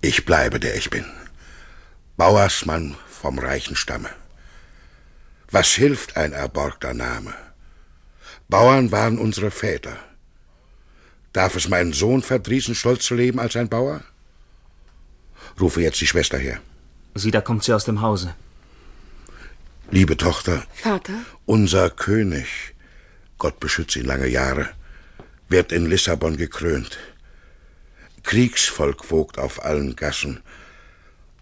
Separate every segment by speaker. Speaker 1: Ich bleibe, der ich bin. Bauersmann vom reichen Stamme. Was hilft ein erborgter Name? Bauern waren unsere Väter. Darf es meinen Sohn verdrießen, stolz zu leben als ein Bauer? Rufe jetzt die Schwester her.
Speaker 2: Sieh, da kommt sie aus dem Hause.
Speaker 1: Liebe Tochter,
Speaker 3: Vater?
Speaker 1: unser König, Gott beschütze ihn lange Jahre, wird in Lissabon gekrönt. Kriegsvolk wogt auf allen Gassen.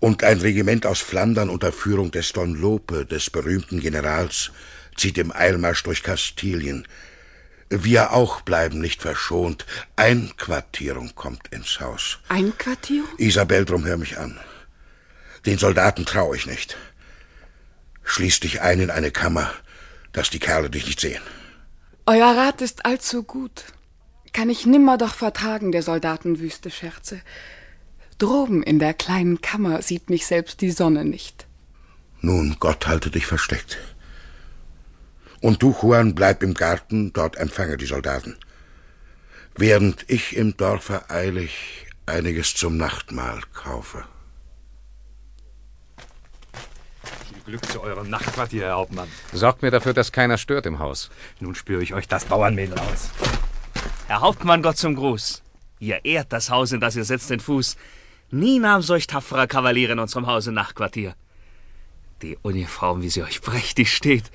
Speaker 1: Und ein Regiment aus Flandern unter Führung des Don Lope, des berühmten Generals, zieht im Eilmarsch durch Kastilien. Wir auch bleiben nicht verschont. Einquartierung kommt ins Haus.
Speaker 3: Einquartierung?
Speaker 1: Isabel, drum hör mich an. Den Soldaten trau ich nicht. Schließ dich ein in eine Kammer, dass die Kerle dich nicht sehen.
Speaker 3: Euer Rat ist allzu gut. Kann ich nimmer doch vertragen, der Soldatenwüste Scherze. Droben in der kleinen Kammer sieht mich selbst die Sonne nicht.
Speaker 1: Nun, Gott halte dich versteckt. Und du, Juan, bleib im Garten, dort empfange die Soldaten. Während ich im Dorfe eilig einiges zum Nachtmahl kaufe.
Speaker 4: Glück zu eurem Nachtquartier, Herr Hauptmann.
Speaker 5: Sorgt mir dafür, dass keiner stört im Haus.
Speaker 4: Nun spüre ich euch das Bauernmädel aus.
Speaker 2: Herr Hauptmann, Gott zum Gruß. Ihr ehrt das Haus, in das ihr setzt den Fuß. Nie nahm solch tapferer Kavalier in unserem Hause Nachtquartier. Die Uniform, wie sie euch prächtig steht.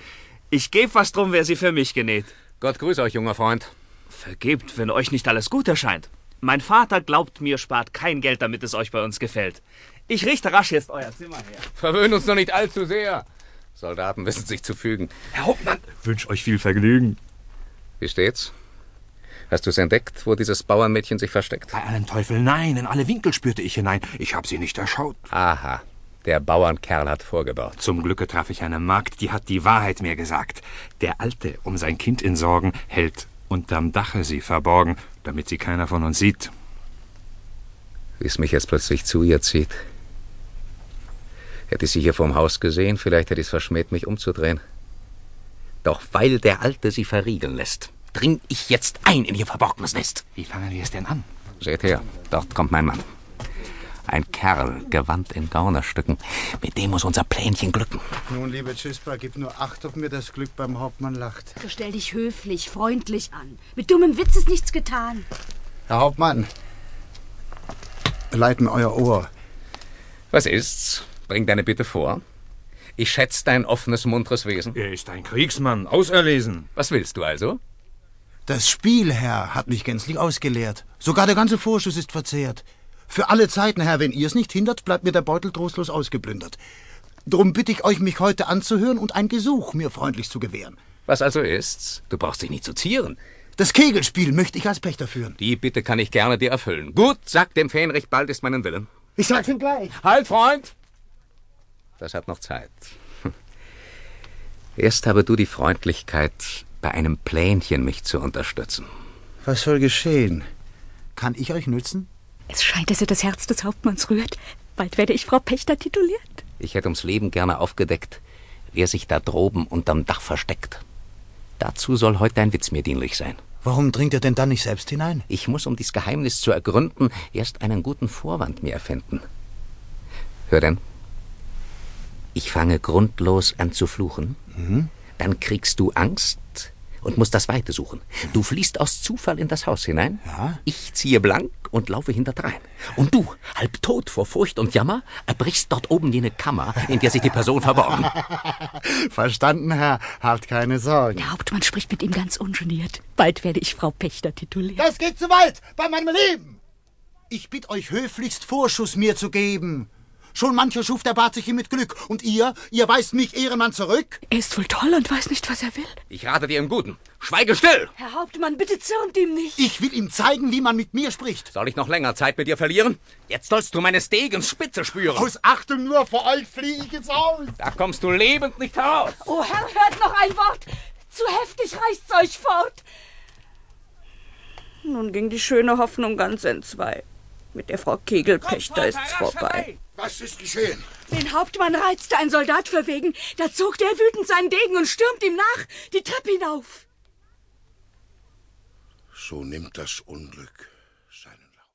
Speaker 2: Ich geb was drum, wer sie für mich genäht.
Speaker 5: Gott grüße euch, junger Freund.
Speaker 2: Vergebt, wenn euch nicht alles gut erscheint. Mein Vater glaubt mir, spart kein Geld, damit es euch bei uns gefällt. Ich richte rasch jetzt euer Zimmer her.
Speaker 5: Verwöhnt uns noch nicht allzu sehr. Soldaten wissen sich zu fügen.
Speaker 4: Herr Hauptmann, Oh. wünsch euch viel Vergnügen.
Speaker 5: Wie steht's? Hast du's entdeckt, wo dieses Bauernmädchen sich versteckt?
Speaker 4: Bei allen Teufel, nein, in alle Winkel spürte ich hinein. Ich habe sie nicht erschaut.
Speaker 5: Aha, der Bauernkerl hat vorgebaut.
Speaker 4: Zum Glücke traf ich eine Magd, die hat die Wahrheit mir gesagt. Der Alte, um sein Kind in Sorgen, hält unterm Dache sie verborgen, damit sie keiner von uns sieht.
Speaker 5: Wie es mich jetzt plötzlich zu ihr zieht. Hätte ich sie hier vorm Haus gesehen, vielleicht hätte ich es verschmäht, mich umzudrehen.
Speaker 6: Doch weil der Alte sie verriegeln lässt, dring ich jetzt ein in ihr verborgenes Nest.
Speaker 4: Wie fangen wir es denn an?
Speaker 5: Seht her,
Speaker 6: Dort kommt mein Mann. Ein Kerl, gewandt in Gaunerstücken. Mit dem muss unser Plänchen glücken.
Speaker 7: Nun, liebe Chispa, gib nur acht, ob mir das Glück beim Hauptmann lacht.
Speaker 8: So stell dich höflich, freundlich an. Mit dummem Witz ist nichts getan.
Speaker 7: Herr Hauptmann, leit mir euer Ohr.
Speaker 5: was ist's? Bring deine Bitte vor. Ich schätze dein offenes, muntres Wesen.
Speaker 4: Er ist ein Kriegsmann, auserlesen.
Speaker 5: Was willst du also?
Speaker 7: Das Spiel, Herr, hat mich gänzlich ausgeleert. Sogar der ganze Vorschuss ist verzehrt. Für alle Zeiten, Herr, wenn ihr's nicht hindert, bleibt mir der Beutel trostlos ausgeplündert. Drum bitte ich euch, mich heute anzuhören und ein Gesuch mir freundlich zu gewähren.
Speaker 5: Was also ist's? Du brauchst dich nicht zu zieren.
Speaker 7: Das Kegelspiel möchte ich als Pächter führen.
Speaker 5: Die Bitte kann ich gerne dir erfüllen. Gut, sag dem Fähnrich, bald ist meinen Willen.
Speaker 7: Ich sag's ihm gleich.
Speaker 5: Halt, Freund! Das hat noch Zeit. Erst habe du die Freundlichkeit, bei einem Plänchen mich zu unterstützen.
Speaker 7: Was soll geschehen? Kann ich euch nützen?
Speaker 9: Es scheint, dass ihr das Herz des Hauptmanns rührt. Bald werde ich Frau Pächter tituliert.
Speaker 6: Ich hätte ums Leben gerne aufgedeckt, wer sich da droben unterm Dach versteckt. Dazu soll heute dein Witz mir dienlich sein.
Speaker 7: Warum dringt ihr denn dann nicht selbst hinein?
Speaker 6: Ich muss, um dies Geheimnis zu ergründen, erst einen guten Vorwand mir erfinden. Hör denn. Ich fange grundlos an zu fluchen. Dann kriegst du Angst und musst das Weite suchen. Du fliehst aus Zufall in das Haus hinein.
Speaker 7: Ja.
Speaker 6: Ich ziehe blank und laufe hinterdrein. Und du, halb tot vor Furcht und Jammer, erbrichst dort oben jene Kammer, in der sich die Person verborgen.
Speaker 7: Verstanden, Herr. Habt keine Sorgen.
Speaker 9: Der Hauptmann spricht mit ihm ganz ungeniert. Bald werde ich Frau Pächter tituliert.
Speaker 7: Das geht zu weit, bei meinem Leben! Ich bitt euch höflichst Vorschuss mir zu geben. Schon mancher Schuf erbat sich ihm mit Glück. Und ihr, ihr weist mich Ehrenmann zurück?
Speaker 9: Er ist wohl toll und weiß nicht, was er will.
Speaker 5: Ich rate dir im Guten. Schweige still!
Speaker 8: Herr Hauptmann, bitte zürnt ihm nicht.
Speaker 7: Ich will ihm zeigen, wie man mit mir spricht.
Speaker 5: Soll ich noch länger Zeit mit dir verlieren? Jetzt sollst du meine Stegens Spitze spüren.
Speaker 7: Aus Achtung nur vor euch fliehe ich jetzt aus.
Speaker 5: Da kommst du lebend nicht raus.
Speaker 8: Oh Herr, hört noch ein Wort. Zu heftig reißt's euch fort.
Speaker 10: Nun ging die schöne Hoffnung ganz entzwei. Mit der Frau Kegelpächter ist's vorbei.
Speaker 1: Was ist geschehen?
Speaker 8: Den Hauptmann reizte ein Soldat für wegen. Da zog der wütend seinen Degen und stürmt ihm nach die Treppe hinauf.
Speaker 1: So nimmt das Unglück